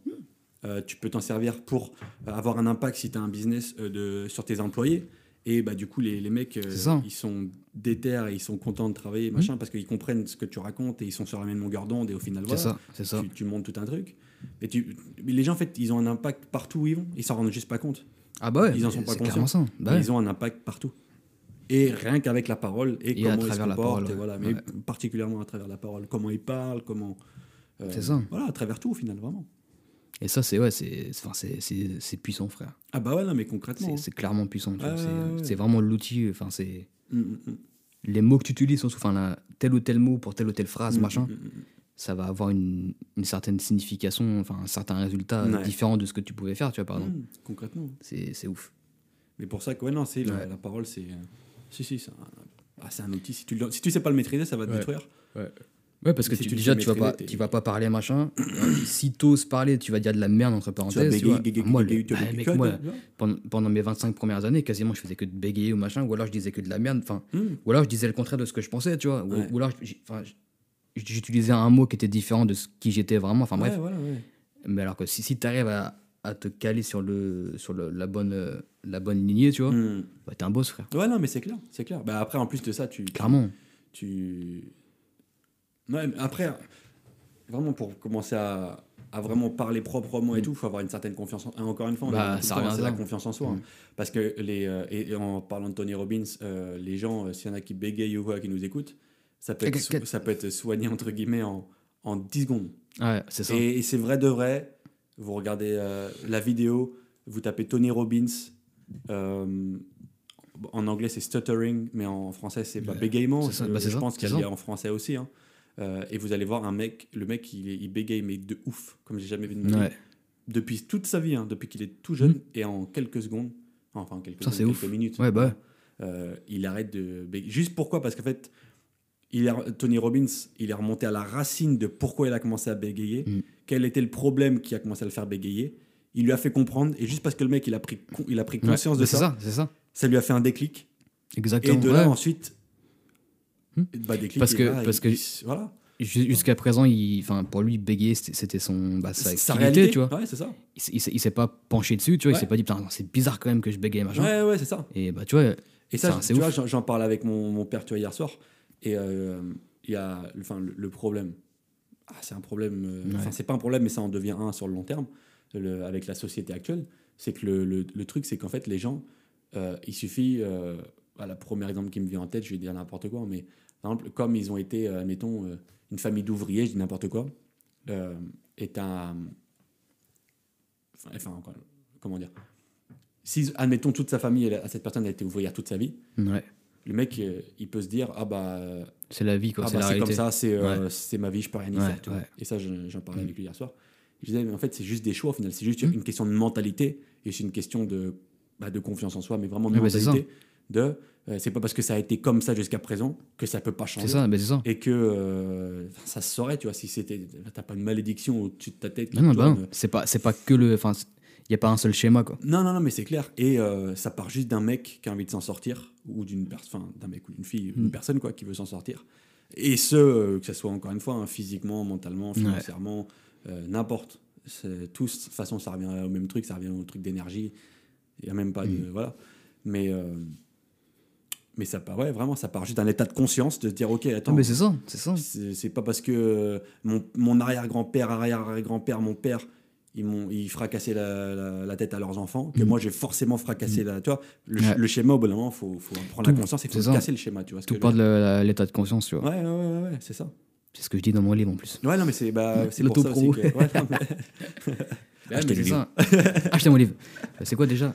C: Euh, tu peux t'en servir pour euh, avoir un impact si tu as un business euh, de, sur tes employés. Et bah, du coup, les, les mecs, euh,
B: C'est ça. Hmm.
C: ils sont déter et ils sont contents de travailler, machin, parce qu'ils comprennent ce que tu racontes et ils sont sur la même longueur d'onde. Et au final,
B: C'est
C: voilà,
B: ça, c'est ça.
C: Tu, tu montes tout un truc. Et tu, mais les gens, en fait, ils ont un impact partout où ils vont. Ils s'en rendent juste pas compte.
B: Ah bah ouais,
C: Ils en sont
B: c'est-
C: pas
B: c'est clairement ça. Bah
C: Mais
B: ouais.
C: Ils ont un impact partout. Et rien qu'avec la parole et,
B: Et à
C: comment ils se
B: travers la
C: comportent,
B: parole,
C: et
B: ouais.
C: voilà, mais
B: Ouais.
C: particulièrement à travers la parole, comment ils parlent, comment. euh,
B: C'est ça.
C: Voilà, à travers tout au final, vraiment.
B: Et ça, c'est ouais, c'est, c'est- enfin, c'est, c'est, c'est puissant, frère.
C: Ah bah ouais, non, mais
B: C'est,
C: concrètement.
B: c'est clairement puissant. tu vois.
C: Ouais,
B: c'est,
C: ouais, ouais.
B: c'est vraiment l'outil. Enfin, c'est
C: hein. Mm, mm, mm.
B: les mots que tu utilises, sont enfin, la- tel ou tel mot pour telle ou telle phrase,
C: Mm,
B: machin,
C: mm, mm,
B: ça va avoir une, une certaine signification, enfin, un certain résultat
C: Ouais.
B: différent de ce que tu pouvais faire, tu vois,
C: mm.
B: pardon.
C: Mm, concrètement.
B: C'est, c'est ouf.
C: Mais pour ça que, ouais, non, c'est la,
B: Ouais.
C: la parole, c'est. euh, Si, si, c'est un, ah, c'est un outil. Si tu, le- si tu sais pas le maîtriser, ça va te
B: Ouais.
C: détruire.
B: Ouais, parce que
C: Si
B: tu,
C: tu le
B: déjà,
C: fais
B: tu vas, pas,
C: maîtriser, t'es-
B: tu vas pas parler machin. si t'oses parler, tu vas dire de la merde, entre parenthèses. tu vois. Moi, le- bah, mec, moi, pendant, pendant mes 25 premières années, quasiment, je faisais que de bégayer ou machin, ou alors je disais que de la merde, enfin,
C: Mm.
B: ou alors je disais le contraire de ce que je pensais, tu vois, ou,
C: Ouais.
B: ou alors j'- enfin, j'- j'utilisais un mot qui était différent de ce qui j'étais vraiment, enfin bref.
C: Ouais, voilà, ouais.
B: Mais alors que si, si t'arrives à, à te caler sur, le, sur le- la, bonne, euh, la bonne lignée, tu vois,
C: Mm.
B: bah, t'es un boss, frère.
C: Ouais, non, mais c'est clair, c'est clair. Bah, après, en plus de ça, tu.
B: Clairement.
C: tu ouais, mais après vraiment pour commencer à, à vraiment parler proprement et tout faut avoir une certaine confiance en... hein, encore une fois on
B: Mm. Bah,
C: le dit tout
B: ça
C: le temps,
B: revient à
C: c'est la
B: ça. Mm.
C: confiance en soi hein. parce que les euh, et, et en parlant de Tony Robbins euh, les gens euh, s'il y en a qui bégayent ou quoi qui nous écoutent ça peut être,
B: Clac, clac,
C: so- ça peut être soigné entre guillemets en, en 10 secondes
B: Ouais, c'est ça.
C: et, et c'est vrai de vrai vous regardez euh, la vidéo vous tapez Tony Robbins euh, en anglais c'est stuttering mais en français c'est pas
B: Ouais.
C: bégaiement
B: C'est ça,
C: je,
B: bah, c'est
C: je
B: ça,
C: pense qu'il
B: c'est
C: y
B: ça.
C: a en français aussi. hein. Euh, et vous allez voir un mec, le mec il, est- il bégaye mais de ouf, comme j'ai jamais vu de ma vie.
B: Ouais.
C: Depuis toute sa vie, hein, depuis qu'il est tout jeune, et en quelques secondes, enfin en quelques,
B: Ça,
C: secondes,
B: c'est
C: quelques
B: ouf.
C: minutes,
B: Ouais, bah ouais.
C: euh, il arrête de bégayer. Juste pourquoi Parce qu'en fait, il est- Tony Robbins, il est remonté à la racine de pourquoi il a commencé à bégayer,
B: Mm.
C: quel était le problème qui a commencé à le faire bégayer. Il lui a fait comprendre, et juste parce que le mec il a pris, con- il a pris conscience
B: Ouais,
C: de
B: bah, c'est
C: ça, ça,
B: ça, c'est ça.
C: lui a fait un déclic.
B: Exactement.
C: et de là
B: ouais.
C: ensuite,
B: Hmm.
C: bah, déclic.
B: Parce
C: il
B: que-
C: est là,
B: parce
C: il-
B: que-
C: il- voilà.
B: Ju- Jusqu'à présent, il, enfin, pour lui, bégayer, c'était c'était son, bah, sa,
C: sa, sa
B: activité,
C: réalité,
B: tu vois.
C: Ouais, c'est ça.
B: Il, s- il s'est- il s'est pas penché dessus, tu vois. Il
C: Ouais.
B: s'est pas dit, putain, non, c'est bizarre quand même que je bégaye, machin.
C: Ouais, ouais, c'est ça.
B: Et bah, tu vois,
C: Et ça,
B: Ça,
C: je-
B: c'est
C: tu
B: ouf.
C: vois, j'en- j'en parle avec mon, mon père, tu vois, hier soir. Et euh, il y a enfin, le, le problème. Ah, c'est un problème. euh,
B: Ouais.
C: Enfin, c'est pas un problème, mais ça en devient un sur le long terme le- avec la société actuelle. C'est que le, le- le truc, c'est qu'en fait, les gens, euh, il suffit. Euh, voilà, premier exemple qui me vient en tête, je vais dire n'importe quoi, mais par exemple, comme ils ont été, euh, admettons, euh, une famille d'ouvriers, je dis n'importe quoi, euh, est un. Enfin, enfin, quoi, comment dire Si, admettons, toute sa famille, elle- cette personne a été ouvrière toute sa vie,
B: ouais,
C: le mec, euh, il peut se dire Ah bah, euh,
B: c'est la vie, quoi.
C: ah
B: c'est
C: bah,
B: la
C: c'est comme
B: réalité.
C: ça, c'est euh, c'est ma vie, je peux rien y
B: Ouais,
C: faire. tu vois.
B: ouais.
C: Et ça, je- j'en parlais
B: Mm.
C: avec lui hier soir. Je disais Mais en fait, c'est juste des choix au final, c'est juste
B: Mm.
C: une question de mentalité et c'est une question de, bah, de confiance en soi, mais vraiment de
B: Ouais, bah, c'est
C: mentalité. de euh, c'est pas parce que ça a été comme ça jusqu'à présent que ça peut pas changer.
B: C'est ça, ben c'est ça.
C: Et que euh, ça se saurait, tu vois, si c'était. T'as pas une malédiction au-dessus de ta tête. qui
B: Non, non, bah
C: tourne.
B: non. C'est pas, c'est pas que le. Enfin, il n'y a pas un seul schéma, quoi.
C: Non, non, non, mais c'est clair. Et euh, ça part juste d'un mec qui a envie de s'en sortir, ou d'une personne, d'un mec ou d'une fille, une
B: Mm.
C: personne quoi, qui veut s'en sortir. Et ce, euh, que ce soit encore une fois, hein, physiquement, mentalement, financièrement, euh, n'importe. C'est- Tous, de toute façon, ça revient au même truc, ça revient au truc d'énergie. Il n'y a même pas de. Voilà. Mais, euh, mais ça part, ouais, vraiment, ça part juste d'un état de conscience de se dire, ok,
B: Ah,
C: attends,
B: mais c'est ça, c'est ça.
C: c'est c'est pas parce que euh, mon, mon arrière-grand-père, arrière-grand-père, mon père, ils, m'ont, ils fracassaient la, la- la tête à leurs enfants que
B: Mm.
C: moi j'ai forcément fracassé la. Tu vois, le,
B: Ouais.
C: le schéma, au bout d'un moment, faut, faut en prendre la
B: Tout,
C: conscience et faut
B: c'est ça.
C: casser le schéma. Tu vois, ce
B: Tout
C: que
B: part
C: je
B: de
C: veux
B: la- la- l'état de conscience, tu vois.
C: dire. Ouais, ouais, ouais, ouais, c'est ça.
B: C'est ce que je dis dans mon livre en plus.
C: Ouais, non, mais c'est, bah,
B: Ouais,
C: c'est pour ça aussi
B: l'auto-promo.
C: que. ouais, non, mais- Ouais, Bah, mais
B: Achetez
C: c'est
B: ça. Achetez mon livre. Euh, C'est quoi déjà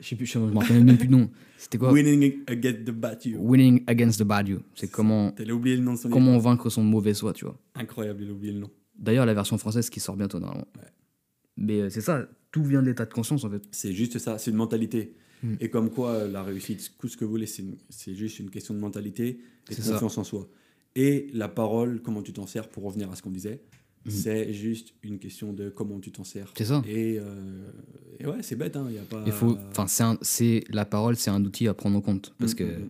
B: Je sais plus, je me rappelle même plus le nom. C'était quoi
C: Winning against the bad you.
B: Winning Against the Bad You. C'est comment,
C: T'as oublié le nom de son livre.
B: comment vaincre son mauvais soi, tu vois.
C: Incroyable, il a oublié le nom.
B: D'ailleurs, la version française qui sort bientôt, normalement. Mais euh, c'est ça, tout vient de l'état de conscience, en fait.
C: C'est juste ça, c'est une mentalité.
B: Mm.
C: Et comme quoi, euh, la réussite, tout ce que vous voulez, c'est une- c'est juste une question de mentalité et de
B: C'est ça.
C: confiance en soi. Et la parole, comment tu t'en sers, pour revenir à ce qu'on disait,
B: Mm.
C: c'est juste une question de comment tu t'en sers.
B: C'est ça.
C: Et, euh, et ouais, c'est bête, hein, il y a pas.
B: Il faut, enfin, c'est un- c'est la parole, c'est un outil à prendre en compte parce
C: Mm,
B: que
C: mm, mm.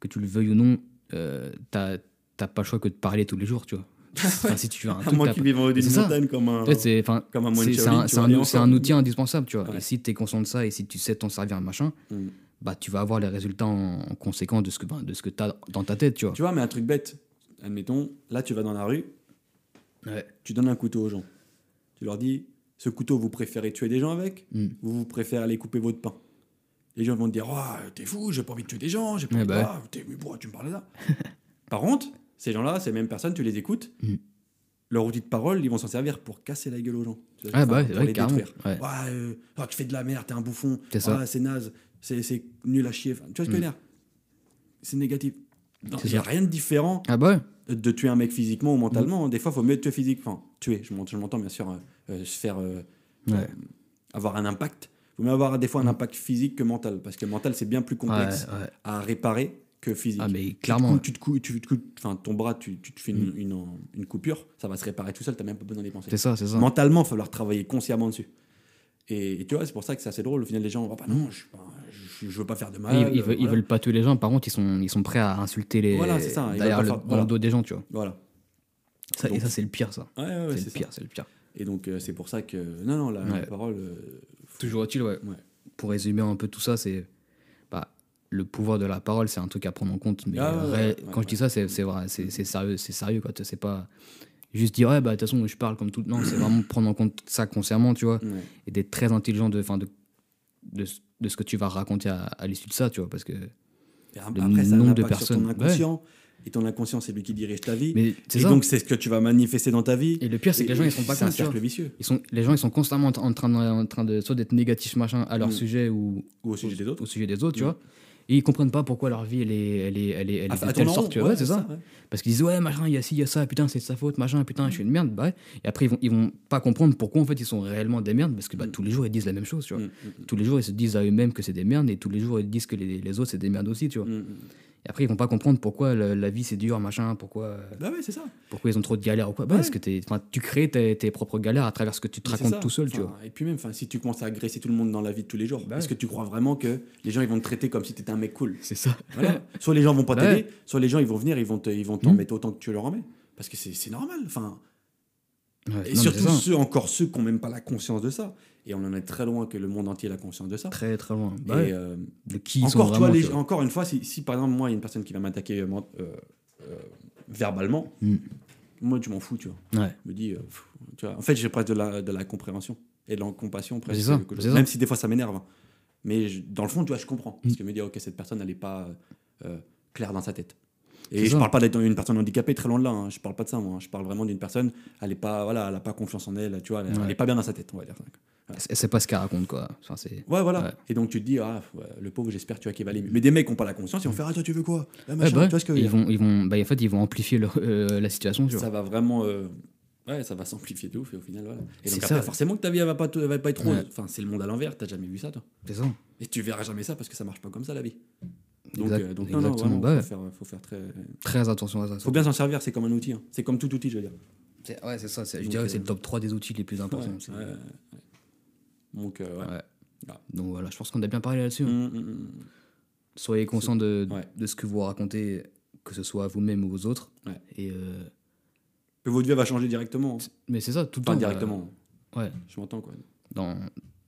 B: que tu le veuilles ou non, euh, t'as t'as pas le choix que de parler tous les jours, tu vois. Enfin, si tu veux un
C: Ah à
B: truc,
C: moins
B: t'as-
C: qu'il vive en haut d'une
B: C'est ça.
C: montagne comme un,
B: Ouais, c'est enfin,
C: comme un moine
B: c'est- c'est
C: Shaolin,
B: un,
C: tu
B: c'est
C: vois,
B: un-
C: et
B: c'est
C: encore.
B: un outil indispensable, tu vois.
C: Ouais.
B: Et si tu es conscient de ça et si tu sais t'en servir un machin,
C: Mm.
B: bah tu vas avoir les résultats en, en conséquence de ce que ben, de ce que t'as dans ta tête, tu vois.
C: Tu vois, mais un truc bête, admettons, là, tu vas dans la rue,
B: Ouais.
C: tu donnes un couteau aux gens. Tu leur dis, ce couteau, vous préférez tuer des gens avec
B: Mm.
C: vous, vous préférez aller couper votre pain. Les gens vont te dire Oh, t'es fou, j'ai pas envie de tuer des gens, j'ai pas
B: Eh
C: envie de.
B: ben.
C: Ah, t'es- mais pourquoi tu me parles de ça Par contre, ces gens-là, ces mêmes personnes, tu les écoutes,
B: Mm.
C: leur outil de parole, ils vont s'en servir pour casser la gueule aux gens. Tu vois,
B: Ah
C: pour-
B: bah
C: pour
B: ouais,
C: les
B: carrément.
C: détruire.
B: Ouais.
C: Ah, euh, ah, tu fais de la merde, t'es un bouffon,
B: C'est ça. Mm.
C: Ah, c'est naze, c'est c'est nul à chier. Enfin, tu vois ce que je veux dire C'est négatif. Non,
B: C'est
C: Il n'y a
B: ça.
C: rien de différent
B: Ah bah ouais.
C: de tuer un mec physiquement ou
B: Mm.
C: mentalement. hein. Des fois, il faut mieux tuer physiquement. tuer, je m'ent- je m'entends bien sûr, euh, euh, se faire euh,
B: Ouais.
C: euh, avoir un impact. Il faut mieux avoir des fois un impact physique que mental, parce que mental, c'est bien plus complexe
B: Mm. Ouais, ouais.
C: à réparer que physique.
B: Ah mais
C: Tu te
B: clairement. Mm.
C: cou- Tu te cou- tu te cou- enfin, ton bras, tu, tu te fais une, une, en- une coupure, ça va se réparer tout seul, t'as même pas besoin d'y penser.
B: C'est ça, c'est ça.
C: Mentalement, il va falloir travailler consciemment dessus. Et, et tu vois, c'est pour ça que c'est assez drôle. Au final, les gens, oh, bah non, je, bah, je, je veux pas faire de mal.
B: ils, ils veulent, ils
C: voilà.
B: veulent pas tuer les gens, par contre ils sont, ils sont prêts à insulter les
C: Voilà, c'est ça, ils veulent
B: derrière
C: pas
B: le,
C: faire-
B: dans
C: voilà.
B: le dos des gens, tu vois.
C: Voilà.
B: Ça-
C: Donc-
B: et ça c'est le pire, ça.
C: Ouais, ouais, ouais,
B: c'est
C: c'est
B: le
C: ça.
B: pire, c'est le pire.
C: Et donc, euh, c'est pour ça que. Non, non, la, la
B: Ouais.
C: parole. euh,
B: Toujours utile, ouais.
C: Ouais.
B: Pour résumer un peu tout ça, c'est bah, le pouvoir de la parole, c'est un truc à prendre en compte. Mais
C: Ah ouais,
B: euh,
C: ouais,
B: ré-
C: ouais,
B: quand je dis ça, c'est c'est vrai, c'est c'est sérieux, c'est sérieux quoi. C'est pas juste dire ouais bah de toute façon je parle comme tout. Non, c'est vraiment prendre en compte ça consciemment, tu vois,
C: ouais.
B: et d'être très intelligent de, fin, de, de ce- de ce que tu vas raconter à, à l'issue de ça, tu vois, parce que.
C: Et
B: Le
C: après, ça a un
B: nombre de
C: impact sur ton
B: personnes, ouais.
C: inconscient. Et ton inconscient, c'est lui qui dirige ta vie.
B: Mais c'est
C: et
B: ça.
C: donc, c'est ce que tu vas manifester dans ta vie.
B: et le pire, c'est que les gens
C: Et-
B: ils sont pas
C: C'est un
B: compte, tu vois.
C: cercle vicieux.
B: Ils sont, les gens ils sont constamment en, en train de, en train de soit d'être négatifs machin à leur
C: Mm.
B: sujet ou
C: Ou au sujet des autres.
B: au sujet des autres, tu
C: Mm.
B: vois. Et ils comprennent pas pourquoi leur vie elle est elle est elle est elle est
C: Ah, À- à
B: de
C: tourner
B: telle
C: en rond,
B: sorte, tu vois. Ouais, c'est ça.
C: ouais.
B: Parce qu'ils disent ouais machin il y a ci il y a ça putain c'est de sa faute machin putain je suis une merde bah ouais. Et après ils vont ils vont pas comprendre pourquoi en fait ils sont réellement des merdes parce que bah,
C: Mm.
B: tous les jours ils disent la même chose, tu vois.
C: Mm,
B: Tous les jours ils se disent à eux-mêmes que c'est des merdes et tous les jours ils disent que les, les autres c'est des merdes aussi, tu vois.
C: mm, mm.
B: Et après ils vont pas comprendre pourquoi le- la vie c'est dur machin pourquoi euh,
C: Bah ouais, c'est ça.
B: pourquoi ils ont trop de galères ou quoi. Bah,
C: Ouais.
B: Parce que t'es- enfin, tu crées tes, tes propres galères à travers ce que tu te
C: Mais c'est ça.
B: racontes tout seul, tu vois.
C: Enfin, Et puis même, enfin, si tu commences à agresser tout le monde dans la vie de tous les jours,
B: Bah
C: est-ce
B: ouais.
C: que tu crois vraiment que les gens ils vont te traiter comme si t'étais un mec cool
B: C'est ça.
C: Voilà. Soit les gens vont pas
B: Bah
C: t'aider, soit les gens ils vont venir, ils vont te- ils vont t'en
B: Mm.
C: mettre autant que tu leur en mets. Parce que c'est c'est normal. Enfin,
B: Ouais, non, mais
C: Et
B: c'est
C: Bah, surtout
B: ça.
C: ceux, encore ceux qui n'ont même pas la conscience de ça. Et on en est très loin que le monde entier ait la conscience de ça.
B: très très loin. Bah
C: Et,
B: ouais.
C: euh,
B: De qui ils sont
C: encore, tu vois,
B: vraiment,
C: les-
B: tu vois.
C: encore une fois, si, si, par exemple, moi, il y a une personne qui va m'attaquer euh, ment- euh, euh, verbalement,
B: Mm.
C: moi, je m'en fous, tu vois.
B: Ouais.
C: Je me dis, euh, pff, tu vois, en fait, j'ai presque de la, de la compréhension et de la compassion, presque.
B: C'est ça,
C: quelque chose.
B: c'est ça.
C: Même si des fois, ça m'énerve. hein. Mais je- dans le fond, tu vois, je comprends.
B: Hmm.
C: Parce que je me dis, ok, cette personne, elle n'est pas euh, claire dans sa tête. Et
B: C'est
C: je
B: ça.
C: parle pas d'être une personne handicapée, très loin de là. hein. Je parle pas de ça, moi. Je parle vraiment d'une personne, elle est pas, voilà, elle a pas confiance en elle, tu vois, elle, elle
B: Ouais.
C: est pas bien dans sa tête, on va dire.
B: C'est c'est pas ce qu'elle raconte quoi. Enfin, c'est-
C: Ouais, voilà.
B: Ouais.
C: Et donc tu te dis, ah, ouais, le pauvre, j'espère tu vois qu'il va aller mieux. Mais des mecs qui n'ont pas la conscience, ils vont faire, ah, toi, tu veux quoi Ah,
B: Ouais,
C: machin,
B: bah ouais.
C: Tu vois ce que je veux
B: ils
C: dire
B: vont, ils vont, bah, en fait, ils vont amplifier leur- euh, la situation. tu vois.
C: Ça va vraiment. euh, Ouais, ça va s'amplifier de ouf et au final, voilà. Et
B: C'est
C: donc
B: ça.
C: après, forcément que ta vie, elle va pas, te- elle va pas être rose.
B: Ouais.
C: Enfin, c'est le monde à l'envers, t'as jamais vu ça, toi.
B: C'est ça.
C: Et tu verras jamais ça parce que ça marche pas comme ça, la vie. Donc,
B: Exact-
C: euh, donc non, non,
B: exactement.
C: vraiment,
B: Bah ouais.
C: faut, faire, faut faire très.
B: Très attention à ça.
C: Faut bien s'en servir, c'est comme un outil. hein. C'est comme tout outil, je veux dire.
B: C'est- Ouais, c'est ça. c'est- Je
C: Donc,
B: dirais que c'est
C: euh,
B: le top 3 des outils les plus importants. c'est-
C: Ouais, ouais. Donc, euh, ouais.
B: Ouais.
C: Ah.
B: Donc voilà, je pense qu'on a bien parlé là-dessus. hein.
C: Mm, mm, mm.
B: Soyez conscient de,
C: Ouais.
B: de ce que vous racontez, que ce soit à vous-même ou aux autres.
C: Ouais.
B: Et euh,
C: Que votre vie va changer directement. hein.
B: Mais c'est ça, tout le
C: Enfin,
B: temps.
C: directement.
B: euh, ouais,
C: Je m'entends, quoi.
B: dans,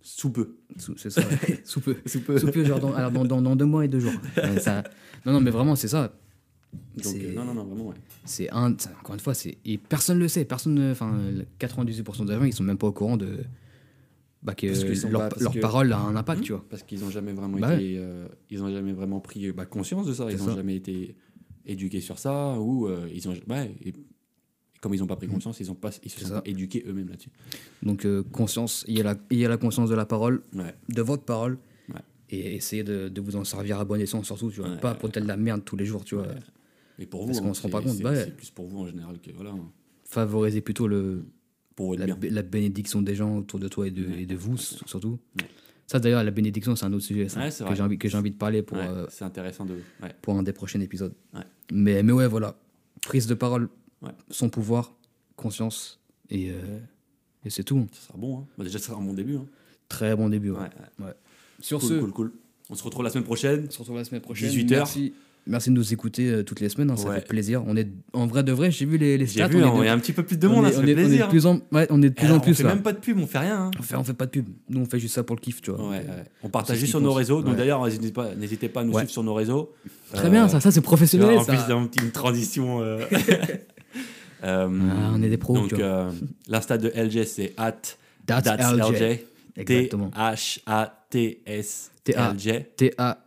C: Sous peu.
B: sous- c'est ça, ouais, sous peu.
C: Sous peu.
B: Sous peu, genre dans, alors dans, dans- dans deux mois et deux jours. Ouais, ça- non, non, mais vraiment, c'est ça.
C: Donc,
B: C'est-
C: euh, non, non, non, vraiment, ouais.
B: C'est un, ça, encore une fois, c'est et personne le sait, personne, ne- enfin, le 98% des gens, ils sont même pas au courant de bah, que
C: Parce qu'ils sont
B: leur,
C: pas- parce
B: leur
C: que- Mmh.
B: parole a un impact, tu vois.
C: Parce qu'ils n'ont jamais vraiment
B: Mmh. Bah
C: été, euh, ils ont jamais vraiment pris euh, bah, conscience de ça. Ils
B: C'est
C: n'ont
B: ça.
C: jamais été éduqués sur ça ou euh, ils ont, ouais, et comme ils n'ont pas pris conscience, ils ont pas, ils se
B: Mmh. C'est
C: sont
B: ça.
C: pas éduqués eux-mêmes là-dessus.
B: Donc euh, conscience, il y a la, il y a la conscience de la parole,
C: Ouais.
B: de votre parole,
C: Ouais.
B: et essayez de, de vous en servir à bon escient surtout, tu vois,
C: Ouais.
B: pas pour de la merde tous les jours, tu vois.
C: Ouais. Et pour vous,
B: Parce
C: hein,
B: qu'on se rend pas
C: c'est-
B: compte,
C: C'est
B: bah ouais.
C: c'est plus pour vous en général que voilà, hein,
B: Favorisez plutôt le,
C: pour votre
B: la,
C: bien.
B: bé- la bénédiction des gens autour de toi et de,
C: Ouais.
B: et de vous, s- surtout.
C: Ouais.
B: Ça, d'ailleurs, la bénédiction, c'est un autre sujet ça,
C: Ouais, c'est
B: que
C: vrai.
B: j'ai envie, que j'ai envie de parler pour,
C: Ouais,
B: euh,
C: c'est intéressant de. Ouais.
B: pour un des prochains épisodes.
C: Ouais.
B: Mais, mais ouais, voilà. Prise de parole,
C: Ouais.
B: son pouvoir, conscience, et, euh, et c'est tout.
C: Ça sera bon. Hein. Bah, déjà, ça sera un bon début. Hein.
B: Très bon début. ouais.
C: Ouais, ouais.
B: Sur
C: Cool,
B: ce,
C: cool, cool. On se retrouve la semaine prochaine.
B: on se retrouve la semaine prochaine.
C: 18 heures.
B: Merci, merci de nous écouter euh, toutes les semaines, hein, ça
C: Ouais.
B: fait plaisir. On est, en vrai de vrai, j'ai vu les, les
C: J'ai
B: stats.
C: vu,
B: on est
C: hein,
B: de-
C: il y a un petit peu plus de
B: on
C: monde.
B: est-
C: hein, ça
B: on
C: fait
B: est- on est de
C: plaisir.
B: plus en ouais, on est de
C: Et
B: plus
C: alors,
B: en plus
C: On fait
B: là.
C: même pas de pub, on fait rien. hein.
B: Enfin, on fait pas de pub. Nous, on fait juste ça pour le kiff, tu vois.
C: Ouais,
B: Donc, euh,
C: ouais. On partage
B: ce
C: juste
B: qui
C: sur nos
B: compte.
C: réseaux. Donc
B: Ouais.
C: d'ailleurs, n'hésitez pas, n'hésitez pas à nous
B: Ouais.
C: suivre sur nos réseaux.
B: Très
C: Euh,
B: bien, ça, ça c'est
C: tu vois,
B: professionnel.
C: en
B: ça.
C: plus, c'est un petit- une transition. euh, euh,
B: Ah, on est des pros,
C: Donc,
B: tu vois.
C: euh, l'insta de LJ, c'est at
B: That's LJ. Exactement.
C: T-H-A-T-S.
B: T-A.
C: LJ.
B: T.A.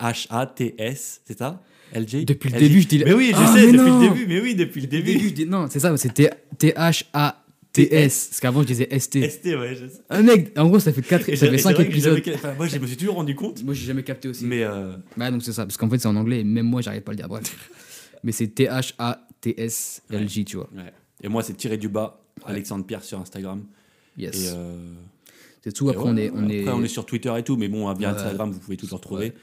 C: T-H-A-T-S, c'est ça LJ
B: Depuis le
C: LJ.
B: début, je dis-
C: Mais oui, je
B: Ah,
C: sais,
B: mais
C: depuis
B: non.
C: le début, mais oui, depuis le début.
B: Début, je dis- Non, c'est ça, c'est T- T-H-A-T-S. Parce qu'avant, je disais S-T.
C: ST, ouais, je sais.
B: Un mec, en gros, ça fait, quatre,
C: Et
B: ça
C: j'ai-
B: fait
C: et c'est
B: 5
C: vrai que j'ai
B: épisodes.
C: jamais- enfin, Moi, je me suis toujours rendu compte,
B: Moi, j'ai jamais capté aussi.
C: mais. euh,
B: Ouais, donc c'est ça, parce qu'en fait, c'est en anglais, et même moi, j'arrive pas à le dire. Bref. Mais c'est T-H-A-T-S-L-J, tu vois.
C: Ouais. Et moi, c'est tiré du bas, Alexandre Pierre sur Instagram. Et,
B: Yes.
C: euh,
B: C'est tout.
C: et
B: Après,
C: ouais,
B: on est. On
C: après, on est
B: est...
C: sur Twitter et tout, mais bon, via
B: Ouais.
C: Instagram, vous pouvez tout le retrouver.
B: Ouais.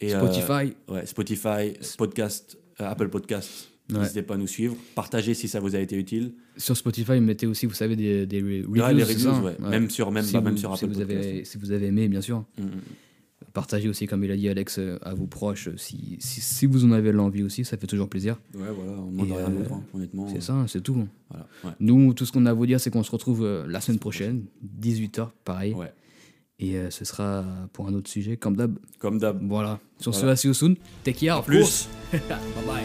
C: Et, euh,
B: Spotify.
C: ouais, Spotify, podcast, euh, Apple Podcast.
B: Ouais.
C: N'hésitez pas à nous suivre. Partagez si ça vous a été utile.
B: Sur Spotify, mettez aussi, vous savez, des, des re- reviews.
C: euh, Ouais, les
B: c'est
C: reviews,
B: ça
C: ouais.
B: Ouais.
C: Même sur, même,
B: si
C: bah,
B: vous,
C: même sur
B: si
C: Apple
B: vous
C: Podcast.
B: avez, si vous avez aimé, bien sûr.
C: Mm, mm.
B: Partagez aussi, comme il a dit Alex, euh, à vos proches euh, si, si, si vous en avez l'envie aussi, ça fait toujours plaisir.
C: Ouais, voilà, on demande
B: Et,
C: rien
B: euh,
C: d'autre, hein, honnêtement.
B: C'est ça, c'est tout.
C: Voilà, ouais.
B: Nous, tout ce qu'on a à vous dire, c'est qu'on se retrouve euh, la semaine prochaine, 18h, pareil.
C: Ouais.
B: Et euh, ce sera pour un autre sujet, comme d'hab.
C: Comme d'hab.
B: Voilà. Sur
C: Voilà.
B: ce, à see you soon. Take care.
C: Plus.
B: Bye bye.